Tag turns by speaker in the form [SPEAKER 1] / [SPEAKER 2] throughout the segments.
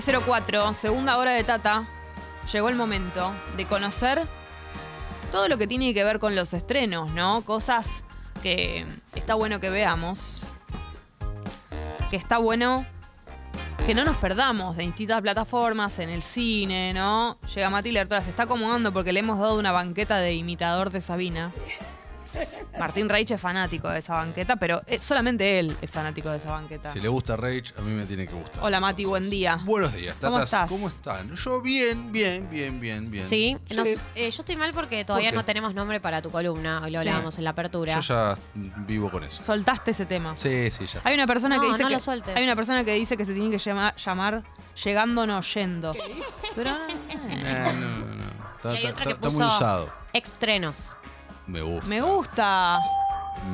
[SPEAKER 1] 904, segunda hora de Tata. Llegó el momento de conocer todo lo que tiene que ver con los estrenos, ¿no? Cosas que está bueno que veamos. Que está bueno que no nos perdamos de distintas plataformas, en el cine, ¿no? Llega Mati Lertora, se está acomodando porque le hemos dado una banqueta de imitador de Sabina. Martín Reich es fanático de esa banqueta, pero eh, solamente él es fanático de esa banqueta.
[SPEAKER 2] Si le gusta Rage, a mí me tiene que gustar.
[SPEAKER 1] Hola, Mati, buen día.
[SPEAKER 2] Buenos días,
[SPEAKER 1] ¿Cómo
[SPEAKER 2] tatas.
[SPEAKER 1] estás?
[SPEAKER 2] ¿Cómo están? Yo bien, bien, bien, bien, bien.
[SPEAKER 3] Sí, nos-
[SPEAKER 2] Sí.
[SPEAKER 3] eh, yo estoy mal porque todavía
[SPEAKER 2] qué?
[SPEAKER 3] no tenemos nombre para tu columna. Hoy lo hablábamos en la apertura.
[SPEAKER 2] Yo ya vivo con eso.
[SPEAKER 1] Soltaste ese tema.
[SPEAKER 2] Sí, sí, ya.
[SPEAKER 1] Hay una persona que
[SPEAKER 3] No,
[SPEAKER 1] dice
[SPEAKER 3] no
[SPEAKER 1] que
[SPEAKER 3] lo sueltes.
[SPEAKER 1] hay una persona que dice que se tiene que llama- llamar llegando no yendo. Pero eh,
[SPEAKER 2] Eh, no, no, no. Está, está-
[SPEAKER 3] Y hay otra que
[SPEAKER 2] está- está
[SPEAKER 3] puso
[SPEAKER 2] muy usado.
[SPEAKER 3] Extrenos.
[SPEAKER 2] Me gusta.
[SPEAKER 1] me gusta.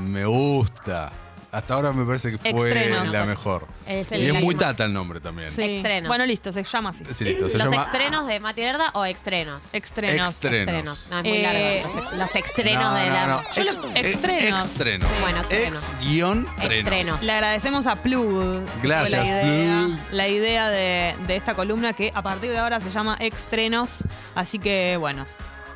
[SPEAKER 2] Me gusta. Hasta ahora me parece que fue
[SPEAKER 1] Extrenos.
[SPEAKER 2] la mejor.
[SPEAKER 3] Es el-
[SPEAKER 2] y es
[SPEAKER 3] la
[SPEAKER 2] muy
[SPEAKER 3] que-
[SPEAKER 2] tata el nombre también.
[SPEAKER 1] Sí.
[SPEAKER 3] Extrenos.
[SPEAKER 1] Bueno, listo, se llama así.
[SPEAKER 2] Sí, listo. Se
[SPEAKER 3] ¿Los
[SPEAKER 2] llama
[SPEAKER 3] extrenos de Mati Lerda o extrenos?
[SPEAKER 1] Extrenos.
[SPEAKER 2] Extre- Extrenos.
[SPEAKER 3] No, es muy
[SPEAKER 1] Eh,
[SPEAKER 3] largo. Los, los extrenos
[SPEAKER 2] No,
[SPEAKER 3] de
[SPEAKER 2] no,
[SPEAKER 3] la.
[SPEAKER 2] no.
[SPEAKER 1] Yo lo-
[SPEAKER 2] Ex-
[SPEAKER 1] extrenos.
[SPEAKER 2] Extrenos.
[SPEAKER 3] Bueno, extrenos.
[SPEAKER 2] Ex guión
[SPEAKER 3] Extrenos.
[SPEAKER 1] Le agradecemos a Plug. eh,
[SPEAKER 2] Gracias,
[SPEAKER 1] la idea,
[SPEAKER 2] Plug.
[SPEAKER 1] La idea de, de esta columna que a partir de ahora se llama Extrenos. Así que bueno,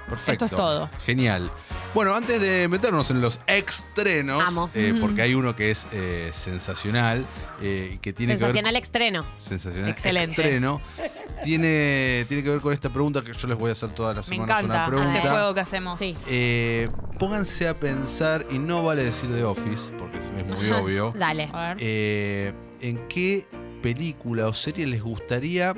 [SPEAKER 2] Perfecto.
[SPEAKER 1] Esto es todo.
[SPEAKER 2] Genial. Bueno, antes de meternos en los extrenos,
[SPEAKER 3] Amo.
[SPEAKER 2] eh, porque hay uno que es eh, sensacional eh, y que tiene que
[SPEAKER 3] Sensacional
[SPEAKER 2] ver
[SPEAKER 3] extreno.
[SPEAKER 2] sensacional
[SPEAKER 1] Excelente.
[SPEAKER 2] extreno, tiene, tiene que ver con esta pregunta que yo les voy a hacer todas las
[SPEAKER 1] me
[SPEAKER 2] semanas
[SPEAKER 1] encanta
[SPEAKER 2] una pregunta.
[SPEAKER 1] este juego que hacemos.
[SPEAKER 3] Sí.
[SPEAKER 2] Eh, pónganse a pensar y no vale decir de Office porque es muy obvio.
[SPEAKER 3] Dale.
[SPEAKER 1] A ver.
[SPEAKER 2] Eh, ¿En qué película o serie les gustaría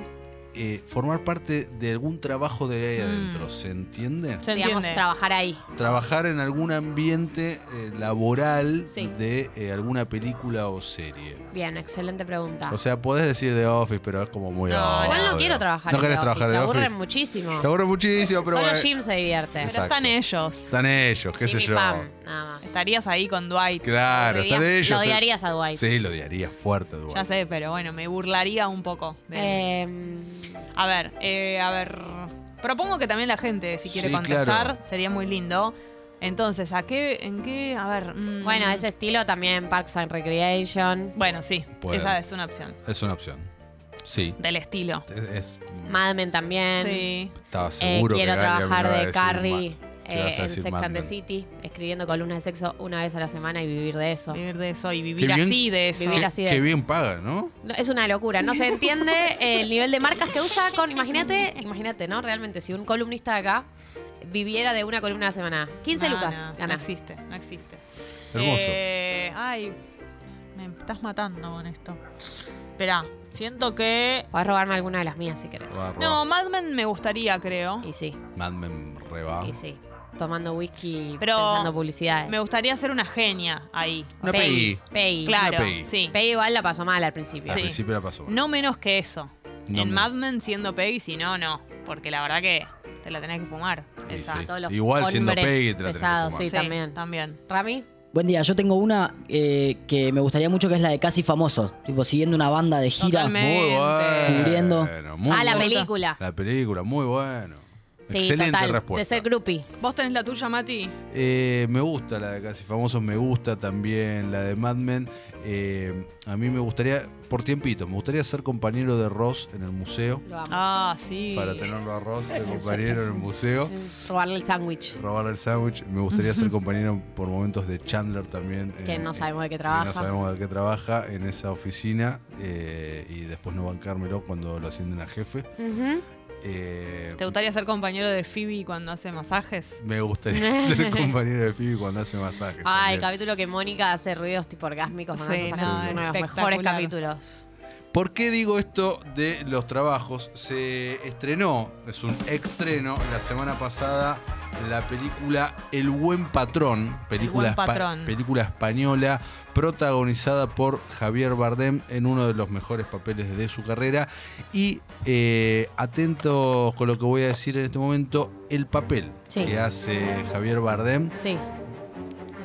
[SPEAKER 2] eh, formar parte de algún trabajo de
[SPEAKER 1] Mm.
[SPEAKER 2] ahí adentro? ¿Se entiende?
[SPEAKER 1] Se
[SPEAKER 3] Digamos,
[SPEAKER 1] entiende.
[SPEAKER 3] trabajar ahí.
[SPEAKER 2] Trabajar en algún ambiente eh, laboral
[SPEAKER 3] Sí.
[SPEAKER 2] de eh, alguna película o serie.
[SPEAKER 3] Bien, excelente pregunta.
[SPEAKER 2] O sea, podés decir de Office, pero es como muy
[SPEAKER 1] No,
[SPEAKER 2] obvio.
[SPEAKER 3] Igual Ah. no quiero trabajar
[SPEAKER 2] ¿No
[SPEAKER 3] en
[SPEAKER 2] querés
[SPEAKER 3] The
[SPEAKER 2] trabajar de
[SPEAKER 3] Office, Se aburren
[SPEAKER 2] Office?
[SPEAKER 3] muchísimo.
[SPEAKER 2] Se aburre muchísimo, pero
[SPEAKER 3] Solo
[SPEAKER 2] bueno,
[SPEAKER 3] Jim se divierte.
[SPEAKER 1] Pero están
[SPEAKER 2] Exacto.
[SPEAKER 1] ellos.
[SPEAKER 2] están ellos, qué sé
[SPEAKER 3] Jim y
[SPEAKER 2] yo.
[SPEAKER 3] Pam, nada más.
[SPEAKER 1] Estarías ahí con Dwight.
[SPEAKER 2] Claro,
[SPEAKER 3] Lo
[SPEAKER 2] están
[SPEAKER 3] odiarías-
[SPEAKER 2] ellos.
[SPEAKER 3] Lo odiarías a Dwight.
[SPEAKER 2] Sí, lo odiaría fuerte, Duarte.
[SPEAKER 1] Ya sé, pero bueno, me burlaría un poco. de-
[SPEAKER 3] Eh,
[SPEAKER 1] A ver, eh, a ver. Propongo que también la gente, si quiere
[SPEAKER 2] Sí,
[SPEAKER 1] contestar,
[SPEAKER 2] claro.
[SPEAKER 1] sería muy lindo. Entonces, ¿a qué? ¿En qué? A ver. mm,
[SPEAKER 3] Bueno, ese estilo también Parks and Recreation,
[SPEAKER 1] Bueno, sí,
[SPEAKER 2] Puede.
[SPEAKER 1] esa es una opción.
[SPEAKER 2] Es una opción. Sí.
[SPEAKER 1] Del estilo.
[SPEAKER 2] Es, es-
[SPEAKER 3] Mad Men también.
[SPEAKER 1] Sí.
[SPEAKER 2] estaba
[SPEAKER 3] Eh,
[SPEAKER 2] seguro que
[SPEAKER 3] quiero
[SPEAKER 2] Galia me
[SPEAKER 3] trabajar
[SPEAKER 2] iba a
[SPEAKER 3] de
[SPEAKER 2] decir
[SPEAKER 3] Carrie
[SPEAKER 2] Mad- que
[SPEAKER 3] eh,
[SPEAKER 2] ibas a
[SPEAKER 3] en
[SPEAKER 2] decir
[SPEAKER 3] Sex
[SPEAKER 2] Mad
[SPEAKER 3] and the
[SPEAKER 2] Men.
[SPEAKER 3] City, escribiendo columnas de sexo una vez a la semana y vivir de eso.
[SPEAKER 1] Vivir de eso y vivir
[SPEAKER 2] Qué bien-
[SPEAKER 1] así de eso.
[SPEAKER 3] vivir
[SPEAKER 2] Qué-
[SPEAKER 3] así de
[SPEAKER 2] Qué
[SPEAKER 3] eso.
[SPEAKER 2] bien paga, ¿no?
[SPEAKER 3] No, es una locura, no se entiende el nivel de marcas que usa con, imagínate, imagínate, ¿no? Realmente, si un columnista de acá viviera de una columna a la semana, 15
[SPEAKER 1] No,
[SPEAKER 3] lucas,
[SPEAKER 1] No, no
[SPEAKER 3] gana.
[SPEAKER 1] existe, no existe.
[SPEAKER 2] Hermoso.
[SPEAKER 1] Eh, ay, me estás matando con esto. Esperá, siento que.
[SPEAKER 3] Podés robarme alguna de las mías si querés.
[SPEAKER 2] Va a robar.
[SPEAKER 1] No, Mad Men me gustaría, creo.
[SPEAKER 3] Y sí,
[SPEAKER 2] Mad Men reba.
[SPEAKER 3] y sí. Tomando whisky,
[SPEAKER 1] Pero
[SPEAKER 3] pensando publicidades.
[SPEAKER 1] Me gustaría ser una genia ahí.
[SPEAKER 2] Una
[SPEAKER 3] Peggy.
[SPEAKER 2] PI.
[SPEAKER 3] Peggy.
[SPEAKER 1] Claro,
[SPEAKER 2] PI.
[SPEAKER 1] sí.
[SPEAKER 3] Peggy igual la pasó mal al principio.
[SPEAKER 2] Al
[SPEAKER 1] Sí.
[SPEAKER 2] principio la pasó.
[SPEAKER 1] No menos que eso.
[SPEAKER 2] No
[SPEAKER 1] en
[SPEAKER 2] me-
[SPEAKER 1] Mad Men siendo Peggy, si no, no. Porque la verdad que te la tenés que fumar.
[SPEAKER 2] Sí,
[SPEAKER 1] esa.
[SPEAKER 2] sí.
[SPEAKER 3] todos los
[SPEAKER 2] Igual siendo
[SPEAKER 3] hombres
[SPEAKER 2] Peggy te la tenés que
[SPEAKER 3] pesados,
[SPEAKER 2] fumar.
[SPEAKER 3] sí. también.
[SPEAKER 1] También.
[SPEAKER 3] Rami,
[SPEAKER 4] Buen día, yo tengo una eh, que me gustaría mucho que es la de Casi Famoso, tipo siguiendo una banda de gira.
[SPEAKER 1] Totalmente.
[SPEAKER 2] Muy bueno.
[SPEAKER 4] Cubriendo.
[SPEAKER 2] muy
[SPEAKER 3] Ah, la
[SPEAKER 2] bueno.
[SPEAKER 3] película.
[SPEAKER 2] La película, muy bueno.
[SPEAKER 3] Sí,
[SPEAKER 2] Excelente
[SPEAKER 3] total, de
[SPEAKER 2] respuesta.
[SPEAKER 3] ser groupie.
[SPEAKER 1] ¿Vos tenés la tuya, Mati?
[SPEAKER 2] Eh, me gusta la de Casi Famosos, me gusta también la de Mad Men. Eh, a mí me gustaría, por tiempito, me gustaría ser compañero de Ross en el museo.
[SPEAKER 3] Lo amo.
[SPEAKER 1] Ah, sí.
[SPEAKER 2] Para tenerlo a Ross de compañero en el museo.
[SPEAKER 3] Robarle el sándwich.
[SPEAKER 2] robarle el sándwich. Me gustaría ser compañero por momentos de Chandler también.
[SPEAKER 3] Que
[SPEAKER 2] eh,
[SPEAKER 3] no sabemos de qué
[SPEAKER 2] que
[SPEAKER 3] trabaja.
[SPEAKER 2] No sabemos de qué trabaja en esa oficina eh, y después no bancármelo cuando lo ascienden a jefe.
[SPEAKER 3] Ujú.
[SPEAKER 2] Eh,
[SPEAKER 1] ¿Te gustaría ser compañero de Phoebe cuando hace masajes?
[SPEAKER 2] me gustaría ser compañero de Phoebe cuando hace masajes.
[SPEAKER 3] Ay,
[SPEAKER 2] también.
[SPEAKER 3] el capítulo que Mónica hace ruidos tipo orgásmicos. cuando
[SPEAKER 1] Sí,
[SPEAKER 3] hace masajes,
[SPEAKER 1] no,
[SPEAKER 3] es uno de los
[SPEAKER 1] espectacular.
[SPEAKER 3] mejores capítulos.
[SPEAKER 2] ¿Por qué digo esto de los trabajos? Se estrenó, es un estreno, la semana pasada la película El Buen Patrón, película,
[SPEAKER 1] El Buen
[SPEAKER 2] espa-
[SPEAKER 1] Patrón.
[SPEAKER 2] película española protagonizada por Javier Bardem en uno de los mejores papeles de su carrera. Y eh, atentos con lo que voy a decir en este momento, el papel
[SPEAKER 3] Sí.
[SPEAKER 2] que hace Javier Bardem
[SPEAKER 3] Sí.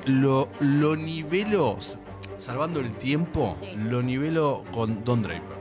[SPEAKER 2] lo, lo nivelo, s- salvando el tiempo,
[SPEAKER 3] Sí.
[SPEAKER 2] lo nivelo con Don Draper.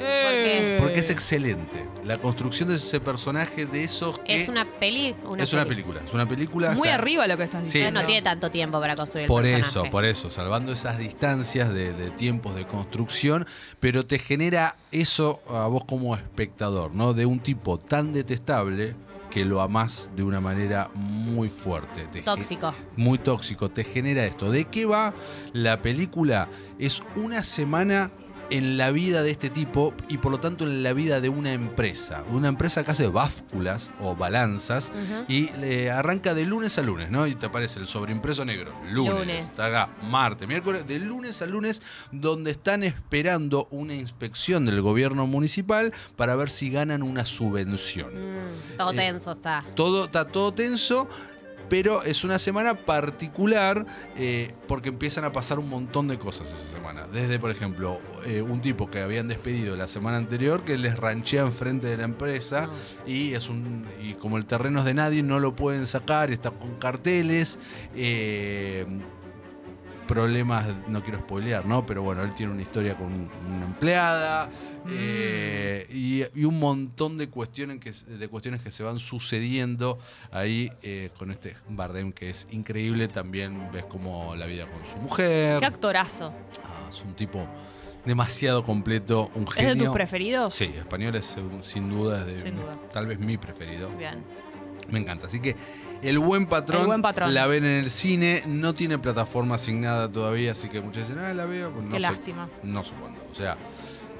[SPEAKER 1] Eh,
[SPEAKER 2] Porque que es excelente. La construcción de ese personaje, de esos que.
[SPEAKER 3] ¿Es una peli?
[SPEAKER 2] es una película. Es una película.
[SPEAKER 1] Muy
[SPEAKER 2] hasta-
[SPEAKER 1] arriba lo que estás
[SPEAKER 2] Sí.
[SPEAKER 3] Entonces
[SPEAKER 1] diciendo.
[SPEAKER 3] no tiene tanto tiempo para construir el
[SPEAKER 2] Por
[SPEAKER 3] personaje.
[SPEAKER 2] eso, por eso, salvando esas distancias de, de tiempos de construcción, pero te genera eso a vos como espectador, ¿no? De un tipo tan detestable que lo amás de una manera muy fuerte. Te ge-
[SPEAKER 3] Tóxico.
[SPEAKER 2] Muy tóxico, te genera esto. ¿De qué va la película? Es una semana en la vida de este tipo y por lo tanto en la vida de una empresa. Una empresa que hace básculas o balanzas
[SPEAKER 3] Ujú.
[SPEAKER 2] y eh, arranca de lunes a lunes, ¿no? Y te aparece el sobreimpreso negro. Lunes.
[SPEAKER 3] Lunes.
[SPEAKER 2] Está acá, martes, miércoles, de lunes a lunes, donde están esperando una inspección del gobierno municipal para ver si ganan una subvención.
[SPEAKER 3] Mm, todo
[SPEAKER 2] Eh,
[SPEAKER 3] tenso está.
[SPEAKER 2] Todo está todo tenso. Pero es una semana particular eh, porque empiezan a pasar un montón de cosas esa semana. Desde, por ejemplo, eh, un tipo que habían despedido la semana anterior que les ranchea enfrente de la empresa
[SPEAKER 3] No.
[SPEAKER 2] y es un y como el terreno es de nadie no lo pueden sacar está con carteles eh, problemas no quiero spoilear no pero bueno él tiene una historia con un- una empleada
[SPEAKER 1] Mm.
[SPEAKER 2] eh, y, y un montón de cuestiones que se- de cuestiones que se van sucediendo ahí eh, con este Bardem que es increíble también ves como la vida con su mujer
[SPEAKER 1] Qué actorazo.
[SPEAKER 2] Ah, es un tipo demasiado completo un
[SPEAKER 1] ¿Es
[SPEAKER 2] genio
[SPEAKER 1] de tus preferidos?
[SPEAKER 2] Sí, español es eh, sin duda, es de-
[SPEAKER 1] Sin duda.
[SPEAKER 2] tal vez mi preferido.
[SPEAKER 1] Bien.
[SPEAKER 2] Me encanta. Así que el buen, patrón,
[SPEAKER 1] El Buen Patrón.
[SPEAKER 2] la ven en el cine, no tiene plataforma asignada todavía, así que muchos dicen, ah, la veo, pues no
[SPEAKER 1] Qué
[SPEAKER 2] sé-
[SPEAKER 1] lástima.
[SPEAKER 2] No sé cuándo. O sea,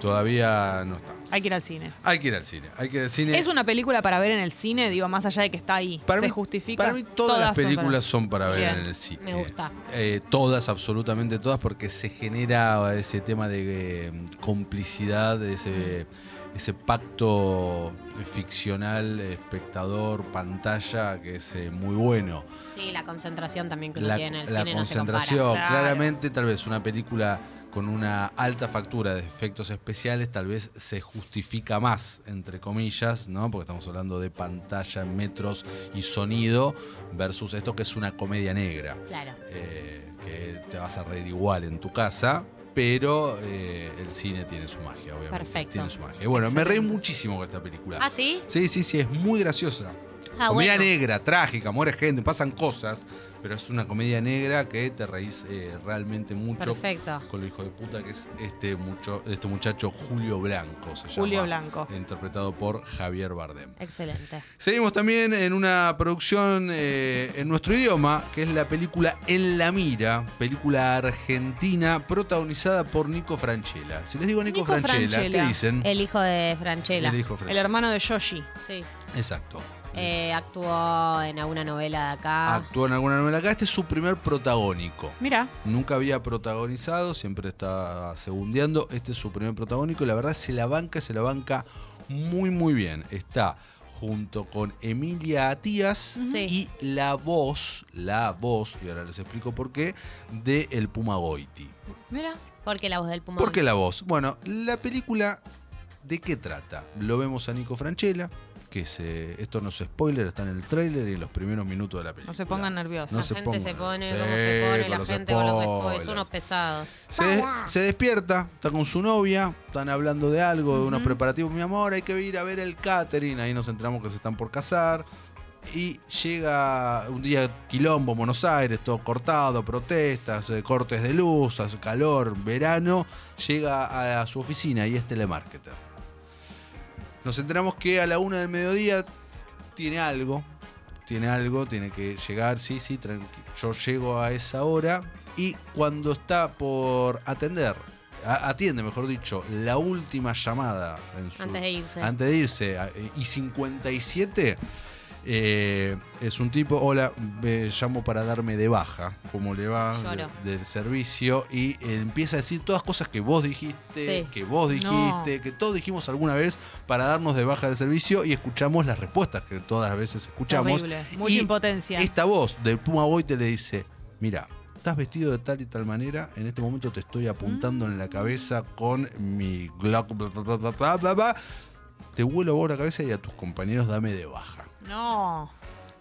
[SPEAKER 2] todavía no está.
[SPEAKER 1] Hay que ir al cine.
[SPEAKER 2] Hay que ir al cine, hay que ir al cine.
[SPEAKER 1] Es una película para ver en el cine, digo, más allá de que está ahí.
[SPEAKER 2] Para
[SPEAKER 1] ¿Se
[SPEAKER 2] mí-
[SPEAKER 1] justifica?
[SPEAKER 2] Para mí todas, las
[SPEAKER 1] son para-
[SPEAKER 2] películas son para, ver
[SPEAKER 1] Bien.
[SPEAKER 2] en el cine.
[SPEAKER 3] Me gusta.
[SPEAKER 2] Eh, todas, absolutamente todas, porque se genera ese tema de eh, complicidad, ese, ese pacto ficcional, espectador, pantalla, que es eh, muy bueno.
[SPEAKER 3] Sí, la concentración también que uno
[SPEAKER 2] La,
[SPEAKER 3] tiene en el
[SPEAKER 2] la
[SPEAKER 3] cine
[SPEAKER 2] concentración,
[SPEAKER 3] no se compara.
[SPEAKER 1] Claro.
[SPEAKER 2] claramente, tal vez una película con una alta factura de efectos especiales, tal vez se justifica más, entre comillas, ¿no? Porque estamos hablando de pantalla, metros y sonido, versus esto que es una comedia negra
[SPEAKER 3] Claro.
[SPEAKER 2] eh, que te vas a reír igual en tu casa, pero eh, el cine tiene su magia, obviamente.
[SPEAKER 3] Perfecto.
[SPEAKER 2] Tiene su magia. Y Bueno, me reí muchísimo con esta película.
[SPEAKER 3] ¿Ah, sí?
[SPEAKER 2] Sí, sí, sí, es muy graciosa.
[SPEAKER 3] Ah,
[SPEAKER 2] comedia
[SPEAKER 3] bueno.
[SPEAKER 2] negra, trágica, muere gente, pasan cosas, pero es una comedia negra que te reís eh, realmente mucho
[SPEAKER 3] Perfecto.
[SPEAKER 2] con el hijo de puta que es este, mucho, este muchacho Julio Blanco, se llama.
[SPEAKER 1] Julio Blanco.
[SPEAKER 2] Interpretado por Javier Bardem.
[SPEAKER 3] Excelente.
[SPEAKER 2] Seguimos también en una producción eh, en nuestro idioma, que es la película En la Mira, película argentina protagonizada por Nico Franchella. Si les digo Nico,
[SPEAKER 1] Nico
[SPEAKER 2] Franchella,
[SPEAKER 1] Franchella.
[SPEAKER 2] ¿qué dicen?
[SPEAKER 3] El hijo de Franchella.
[SPEAKER 2] El hijo
[SPEAKER 1] El
[SPEAKER 2] Franchella.
[SPEAKER 1] hermano de Yoshi.
[SPEAKER 3] Sí.
[SPEAKER 2] Exacto.
[SPEAKER 3] Eh, actuó en alguna novela de acá.
[SPEAKER 2] Actuó en alguna novela acá. Este es su primer protagónico.
[SPEAKER 1] Mira,
[SPEAKER 2] Nunca había protagonizado, siempre está segundeando. Este es su primer protagónico y la verdad se la banca, se la banca muy, muy bien. Está junto con Emilia Atías
[SPEAKER 3] Sí.
[SPEAKER 2] y la voz, la voz, y ahora les explico por qué, de El Puma Goiti.
[SPEAKER 1] mira.
[SPEAKER 3] ¿Por qué la voz del Puma?
[SPEAKER 2] ¿Por qué la voz? Bueno, la película, ¿de qué trata? Lo vemos a Nico Franchella, que se, esto no es spoiler, está en el tráiler y en los primeros minutos de la película.
[SPEAKER 1] No se pongan nerviosos.
[SPEAKER 2] No
[SPEAKER 3] la
[SPEAKER 2] se
[SPEAKER 3] gente
[SPEAKER 2] pongan.
[SPEAKER 3] se pone,
[SPEAKER 2] Sí,
[SPEAKER 3] cómo se pone
[SPEAKER 2] con
[SPEAKER 3] la
[SPEAKER 2] los
[SPEAKER 3] gente con los spoilers.
[SPEAKER 2] spoilers.
[SPEAKER 3] Unos pesados.
[SPEAKER 2] Se, de- se despierta, está con su novia, están hablando de algo, de unos preparativos. Mi amor, hay que ir a ver el catering. Ahí nos enteramos que se están por casar. Y llega un día quilombo, Buenos Aires, todo cortado, protestas, eh, cortes de luz, hace calor, verano. Llega a, su oficina y es telemarketer. Nos enteramos que a la una del mediodía tiene algo, tiene algo, tiene que llegar, sí, sí, tranqui- yo llego a esa hora y cuando está por atender, a- atiende, mejor dicho, la última llamada en su-
[SPEAKER 3] Antes de irse.
[SPEAKER 2] antes de irse, a- eh, y 57, eh, es un tipo, hola, me llamo para darme de baja, como le va
[SPEAKER 3] Lloro.
[SPEAKER 2] de- del servicio, y eh, empieza a decir todas cosas que vos dijiste,
[SPEAKER 3] Sí.
[SPEAKER 2] que vos dijiste,
[SPEAKER 1] No.
[SPEAKER 2] que todos dijimos alguna vez para darnos de baja del servicio y escuchamos las respuestas que todas las veces escuchamos.
[SPEAKER 1] Horrible. Mucha
[SPEAKER 2] Y
[SPEAKER 1] impotencia.
[SPEAKER 2] Esta voz del Puma Boy te le dice, mira, estás vestido de tal y tal manera, en este momento te estoy apuntando en la cabeza con mi Glock, bla, bla, bla, bla, bla, bla, bla. te vuelo a vos la cabeza y a tus compañeros dame de baja.
[SPEAKER 1] No.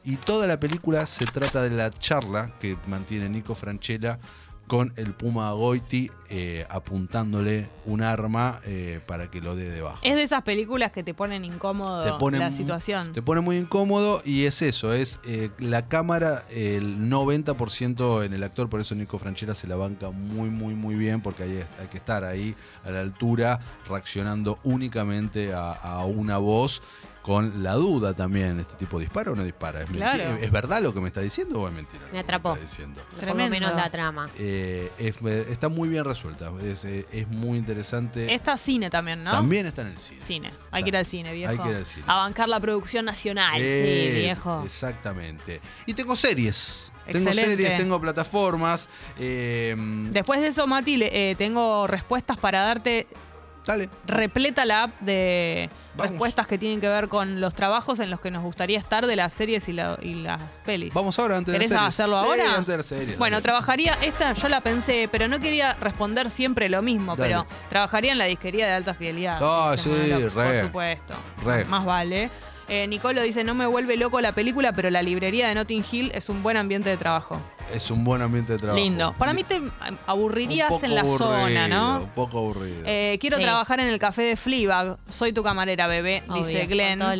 [SPEAKER 2] Y toda la película se trata de la charla que mantiene Nico Franchella con el Puma Goiti eh, apuntándole un arma eh, para que lo dé debajo.
[SPEAKER 1] Es de esas películas que te ponen incómodo
[SPEAKER 2] Te pone
[SPEAKER 1] la
[SPEAKER 2] mu-
[SPEAKER 1] situación.
[SPEAKER 2] Te pone muy incómodo y es eso, es eh, la cámara el 90% en el actor, por eso Nico Franchella se la banca muy, muy, muy bien, porque ahí es- hay, que estar ahí a la altura, reaccionando únicamente a, a una voz, con la duda también, este tipo dispara o no dispara, ¿es, menti-
[SPEAKER 1] Claro.
[SPEAKER 2] ¿es verdad lo que me está diciendo o es mentira? lo
[SPEAKER 3] Me
[SPEAKER 2] que
[SPEAKER 3] atrapó.
[SPEAKER 2] está diciendo?
[SPEAKER 3] Por lo menos
[SPEAKER 1] Tremendo.
[SPEAKER 3] la trama.
[SPEAKER 2] Eh, es- está muy bien resuelta, es, eh, es muy interesante.
[SPEAKER 1] Está cine también, ¿no?
[SPEAKER 2] También está en el cine.
[SPEAKER 1] Cine. Hay que ir al cine, viejo.
[SPEAKER 2] Hay que ir al cine.
[SPEAKER 1] A bancar la producción nacional.
[SPEAKER 2] Eh,
[SPEAKER 1] sí, viejo.
[SPEAKER 2] Exactamente. Y tengo series. Tengo
[SPEAKER 1] Excelente.
[SPEAKER 2] series, tengo plataformas. eh,
[SPEAKER 1] Después de eso, Mati, le- eh, tengo respuestas para darte.
[SPEAKER 2] dale.
[SPEAKER 1] Repleta la app de
[SPEAKER 2] Vamos.
[SPEAKER 1] respuestas que tienen que ver con los trabajos en los que nos gustaría estar de las series y, la- y las pelis.
[SPEAKER 2] Vamos ahora antes de las
[SPEAKER 1] ¿Querés
[SPEAKER 2] series.
[SPEAKER 1] hacerlo
[SPEAKER 2] Sí,
[SPEAKER 1] ahora?
[SPEAKER 2] antes de las series,
[SPEAKER 1] Bueno,
[SPEAKER 2] dale.
[SPEAKER 1] trabajaría, esta yo la pensé, pero no quería responder siempre lo mismo,
[SPEAKER 2] Dale.
[SPEAKER 1] pero trabajaría en la disquería de alta fidelidad.
[SPEAKER 2] Ah,
[SPEAKER 1] dice
[SPEAKER 2] sí,
[SPEAKER 1] Malox,
[SPEAKER 2] re.
[SPEAKER 1] Por supuesto.
[SPEAKER 2] Re.
[SPEAKER 1] Más vale. Eh, Nicolo dice, no me vuelve loco la película, pero la librería de Notting Hill es un buen ambiente de trabajo.
[SPEAKER 2] Es un buen ambiente de trabajo.
[SPEAKER 1] Lindo. Para mí te
[SPEAKER 2] Un
[SPEAKER 1] aburrirías
[SPEAKER 2] poco
[SPEAKER 1] en la zona,
[SPEAKER 2] aburrido,
[SPEAKER 1] ¿no?
[SPEAKER 2] Un poco aburrido.
[SPEAKER 1] Eh, quiero
[SPEAKER 3] Sí.
[SPEAKER 1] trabajar en el café de Fleabag. Soy tu camarera, bebé,
[SPEAKER 3] Obvio,
[SPEAKER 1] dice
[SPEAKER 3] con
[SPEAKER 1] Glenn.
[SPEAKER 3] Todos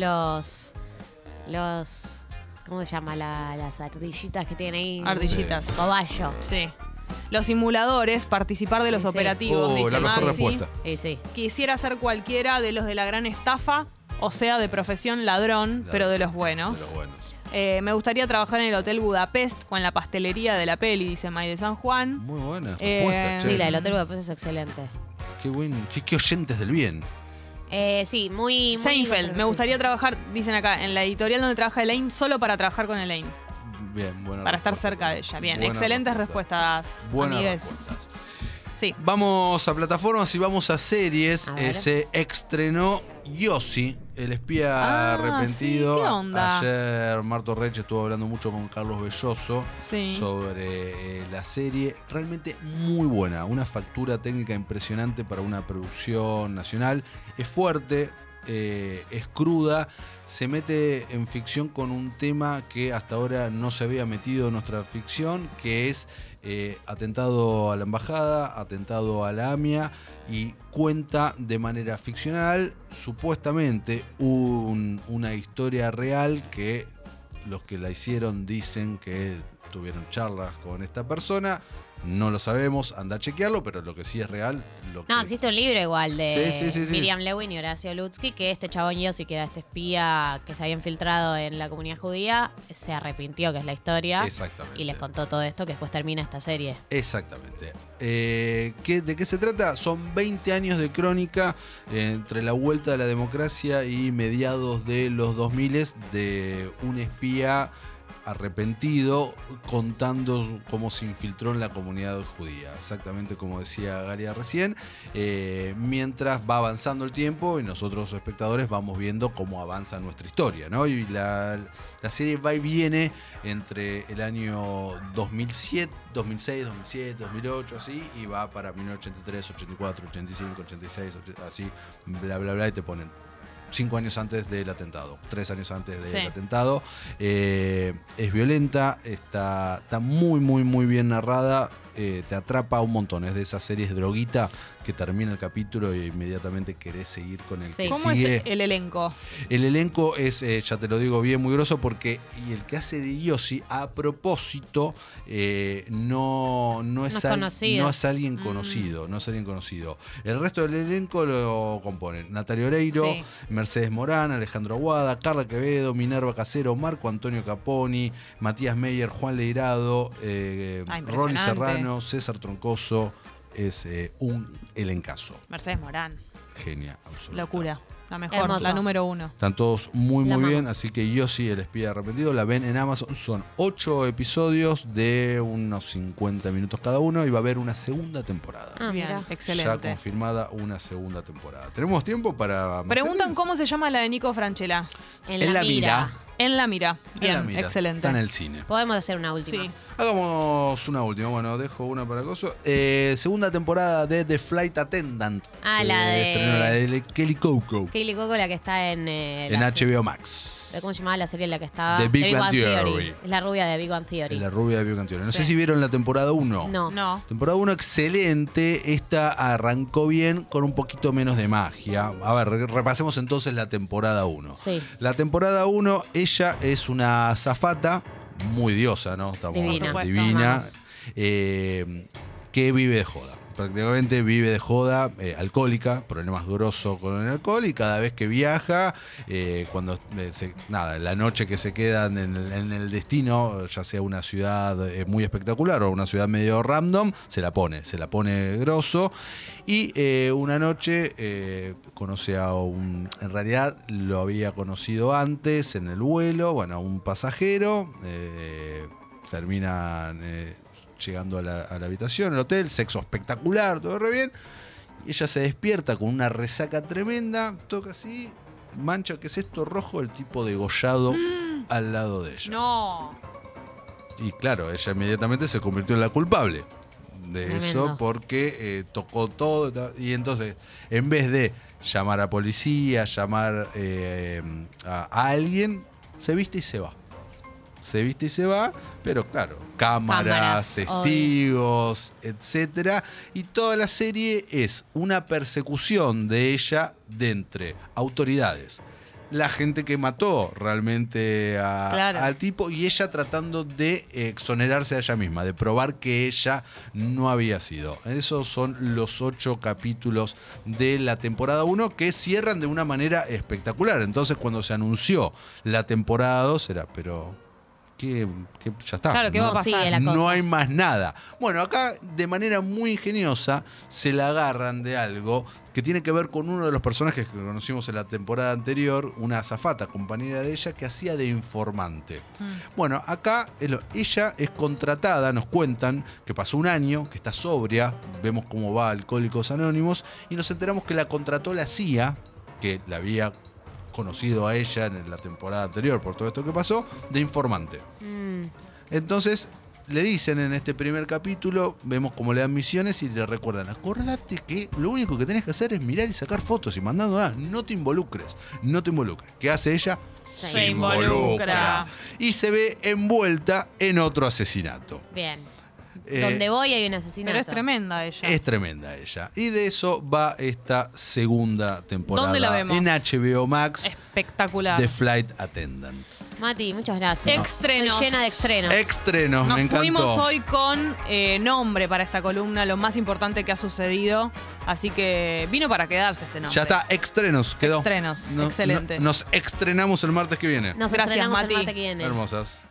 [SPEAKER 3] los. los ¿Cómo se llama? La- las ardillitas que tienen ahí.
[SPEAKER 1] Ardillitas.
[SPEAKER 3] Cobayo.
[SPEAKER 1] Sí. Los simuladores, participar de los
[SPEAKER 3] Sí.
[SPEAKER 1] operativos,
[SPEAKER 2] oh,
[SPEAKER 1] dice
[SPEAKER 2] la mejor
[SPEAKER 1] Maxi.
[SPEAKER 2] respuesta.
[SPEAKER 3] Sí, sí.
[SPEAKER 1] Quisiera ser cualquiera de los de la gran estafa, o sea, de profesión ladrón, pero de los buenos.
[SPEAKER 2] De los buenos.
[SPEAKER 1] Eh, me gustaría trabajar en el Hotel Budapest con la pastelería de la peli, dice May de San Juan.
[SPEAKER 2] Muy buena
[SPEAKER 1] Eh,
[SPEAKER 2] respuesta. che.
[SPEAKER 3] Sí, la del Hotel Budapest es excelente.
[SPEAKER 2] Qué, buen, qué, qué oyentes del bien.
[SPEAKER 3] Eh, sí, muy. muy
[SPEAKER 1] Seinfeld, me gustaría trabajar, dicen acá, en la editorial donde trabaja Elaine, solo para trabajar con Elaine,
[SPEAKER 2] Bien, buena
[SPEAKER 1] para estar
[SPEAKER 2] respuesta.
[SPEAKER 1] cerca de ella. Bien,
[SPEAKER 2] Ah, Buena
[SPEAKER 1] excelentes
[SPEAKER 2] respuesta.
[SPEAKER 1] respuestas,
[SPEAKER 2] Buenas
[SPEAKER 1] amigues.
[SPEAKER 2] respuestas.
[SPEAKER 1] Sí.
[SPEAKER 2] Vamos a plataformas y vamos a series.
[SPEAKER 3] A ver.
[SPEAKER 2] Eh, se estrenó Yossi, el espía
[SPEAKER 1] Ah,
[SPEAKER 2] arrepentido.
[SPEAKER 1] sí, ¿qué onda?
[SPEAKER 2] Ayer Marto Reche estuvo hablando mucho con Carlos Belloso
[SPEAKER 1] Sí.
[SPEAKER 2] sobre eh, la serie. Realmente muy buena. Una factura técnica impresionante para una producción nacional. Es fuerte. eh, es cruda, se mete en ficción con un tema que hasta ahora no se había metido en nuestra ficción, que es eh, atentado a la embajada, atentado a la AMIA y cuenta de manera ficcional supuestamente un- una historia real que los que la hicieron dicen que tuvieron charlas con esta persona. No lo sabemos, anda a chequearlo, pero lo que sí es real. Lo
[SPEAKER 3] No,
[SPEAKER 2] que-
[SPEAKER 3] existe un libro igual de
[SPEAKER 2] Sí, sí, sí, sí.
[SPEAKER 3] Miriam Lewin y Horacio Lutsky, que este chabón Yossi, que era este espía que se había infiltrado en la comunidad judía, se arrepintió, que es la historia,
[SPEAKER 2] Exactamente.
[SPEAKER 3] ¿ah? y les contó todo esto que después termina esta serie.
[SPEAKER 2] Exactamente. Eh, ¿qué- ¿De qué se trata? Son 20 años de crónica eh, entre la vuelta de la democracia y mediados de los 2000 de un espía arrepentido contando cómo se infiltró en la comunidad judía, exactamente como decía Galia recién, eh, mientras va avanzando el tiempo y nosotros los espectadores vamos viendo cómo avanza nuestra historia, ¿no? Y la, la serie va y viene entre el año 2007, 2006, 2007, 2008, así, y va para 1983, 84, 85, 86, och- así, bla, bla, bla, y te ponen cinco años antes del atentado, tres años antes del
[SPEAKER 1] Sí.
[SPEAKER 2] atentado. Eh, es violenta, está, está muy, muy, muy bien narrada. eh, te atrapa un montón, es de esas series droguita que termina el capítulo y inmediatamente querés seguir con el
[SPEAKER 3] Sí.
[SPEAKER 2] que
[SPEAKER 1] ¿Cómo
[SPEAKER 2] sigue.
[SPEAKER 1] es el elenco?
[SPEAKER 2] El elenco es, eh, ya te lo digo bien, muy grosso porque y el que hace de Yossi, a propósito, eh, no, no, es
[SPEAKER 3] No es
[SPEAKER 2] al-
[SPEAKER 3] conocido.
[SPEAKER 2] no es alguien
[SPEAKER 1] Mm.
[SPEAKER 2] conocido. No es alguien conocido. El resto del elenco lo componen Natalia Oreiro,
[SPEAKER 1] Sí.
[SPEAKER 2] Mercedes Morán, Alejandro Aguada, Carla Quevedo, Minerva Casero, Marco Antonio Caponi, Matías Meyer, Juan Leirado, eh,
[SPEAKER 1] Ah,
[SPEAKER 2] Rolly
[SPEAKER 1] impresionante.
[SPEAKER 2] Serrano, César Troncoso. Es eh, un elencazo.
[SPEAKER 1] Mercedes Morán.
[SPEAKER 2] Genia, absoluta.
[SPEAKER 1] Locura. La mejor,
[SPEAKER 3] Hermoso.
[SPEAKER 1] la número uno.
[SPEAKER 2] Están todos muy,
[SPEAKER 3] La
[SPEAKER 2] muy bien.
[SPEAKER 3] amamos.
[SPEAKER 2] Así que Yossi, el espía arrepentido, la ven en Amazon. Son ocho episodios de unos 50 minutos cada uno y va a haber una segunda temporada.
[SPEAKER 3] Ah,
[SPEAKER 1] Bien,
[SPEAKER 3] mira.
[SPEAKER 2] Ya
[SPEAKER 1] excelente.
[SPEAKER 2] confirmada una segunda temporada. ¿Tenemos tiempo para.? más
[SPEAKER 1] Preguntan
[SPEAKER 2] series?
[SPEAKER 1] cómo se llama la de Nico Franchella.
[SPEAKER 3] En, la, mira.
[SPEAKER 1] En la mira.
[SPEAKER 2] En
[SPEAKER 1] Bien,
[SPEAKER 2] la mira,
[SPEAKER 1] excelente.
[SPEAKER 2] Está en el cine.
[SPEAKER 3] Podemos hacer una última.
[SPEAKER 1] Sí.
[SPEAKER 2] Hagamos una última. Bueno, dejo una para coso. Eh, segunda temporada de The Flight Attendant.
[SPEAKER 3] Ah,
[SPEAKER 2] Se
[SPEAKER 3] la de-
[SPEAKER 2] estrenó la de Kelly Coco
[SPEAKER 3] Kaylee Coco, la que está en. eh,
[SPEAKER 2] en
[SPEAKER 3] la
[SPEAKER 2] HBO Max.
[SPEAKER 3] se- ¿Cómo se llamaba la serie en la que estaba?
[SPEAKER 2] The Big Bang Theory.
[SPEAKER 3] Es la rubia de Big Bang Theory.
[SPEAKER 2] En la rubia de Bio Cantione. No
[SPEAKER 1] Sí.
[SPEAKER 2] sé si vieron la temporada 1.
[SPEAKER 3] No.
[SPEAKER 1] No.
[SPEAKER 2] Temporada 1 excelente, esta arrancó bien con un poquito menos de magia. A ver, re- repasemos entonces la temporada 1.
[SPEAKER 3] Sí.
[SPEAKER 2] La temporada 1, ella es una zafata, muy diosa, ¿no? Estamos
[SPEAKER 3] Divina.
[SPEAKER 1] Por supuesto,
[SPEAKER 2] divina,
[SPEAKER 1] vamos.
[SPEAKER 2] eh, que vive de joda. Prácticamente vive de joda, eh, alcohólica, problemas grosos con el alcohol y cada vez que viaja, eh, cuando eh, se- nada, la noche que se quedan en el, en el destino, ya sea una ciudad eh, muy espectacular o una ciudad medio random, se la pone, se la pone grosso. Y eh, una noche eh, conoce a un. En realidad lo había conocido antes en el vuelo, bueno, a un pasajero. eh, terminan eh, llegando a la, a la habitación, al hotel, sexo espectacular, todo re bien. Y ella se despierta con una resaca tremenda, toca así, mancha, ¿qué es esto? Rojo, el tipo degollado al lado de ella.
[SPEAKER 1] No.
[SPEAKER 2] Y claro, ella inmediatamente se convirtió en la culpable de
[SPEAKER 3] Tremendo.
[SPEAKER 2] eso porque eh, tocó todo. ta- Y entonces, en vez de llamar a policía, llamar eh, a, a alguien, se viste y se va. Se viste y se va, pero claro, cámaras,
[SPEAKER 3] Cámaras, obvio.
[SPEAKER 2] testigos, etcétera. Y toda la serie es una persecución de ella de entre autoridades. La gente que mató realmente a,
[SPEAKER 1] Claro.
[SPEAKER 2] al tipo y ella tratando de exonerarse a ella misma, de probar que ella no había sido. Esos son los ocho capítulos de la temporada 1 que cierran de una manera espectacular. Entonces cuando se anunció la temporada 2 era, pero... Que, ya está.
[SPEAKER 1] Claro, ¿qué
[SPEAKER 2] no-
[SPEAKER 1] va a pasar?
[SPEAKER 3] Sigue la
[SPEAKER 2] no
[SPEAKER 3] cosa.
[SPEAKER 2] hay más nada. Bueno, acá de manera muy ingeniosa se la agarran de algo que tiene que ver con uno de los personajes que conocimos en la temporada anterior, una azafata, compañera de ella, que hacía de informante.
[SPEAKER 3] Mm.
[SPEAKER 2] Bueno, acá es lo- ella es contratada, nos cuentan que pasó un año, que está sobria, vemos cómo va Alcohólicos Anónimos, y nos enteramos que la contrató la CIA, que la había conocido a ella en la temporada anterior por todo esto que pasó, de informante.
[SPEAKER 3] Mm.
[SPEAKER 2] Entonces, le dicen en este primer capítulo, vemos cómo le dan misiones y le recuerdan, acordate que lo único que tenés que hacer es mirar y sacar fotos y mandándolas, no te involucres, no te involucres. ¿Qué hace ella?
[SPEAKER 3] Se
[SPEAKER 1] involucra.
[SPEAKER 2] Y se ve envuelta en otro asesinato.
[SPEAKER 3] Bien.
[SPEAKER 2] Eh,
[SPEAKER 3] Donde voy hay un
[SPEAKER 1] Pero
[SPEAKER 3] asesinato.
[SPEAKER 1] es tremenda ella.
[SPEAKER 2] es tremenda ella. Y de eso va esta segunda temporada
[SPEAKER 1] ¿Dónde la vemos?
[SPEAKER 2] en HBO Max
[SPEAKER 1] Espectacular.
[SPEAKER 2] de Flight Attendant.
[SPEAKER 3] Mati, muchas gracias.
[SPEAKER 1] Extrenos.
[SPEAKER 3] Estoy llena de estrenos.
[SPEAKER 2] Extrenos,
[SPEAKER 1] Nos
[SPEAKER 2] me encantó.
[SPEAKER 1] fuimos hoy con eh, nombre para esta columna, lo más importante que ha sucedido. Así que vino para quedarse este nombre.
[SPEAKER 2] Ya está, estrenos, quedó.
[SPEAKER 1] Estrenos, excelente.
[SPEAKER 2] nos estrenamos el martes que viene.
[SPEAKER 3] Nos
[SPEAKER 1] Gracias,
[SPEAKER 3] estrenamos el
[SPEAKER 1] Mati.
[SPEAKER 3] martes que viene.
[SPEAKER 2] Hermosas.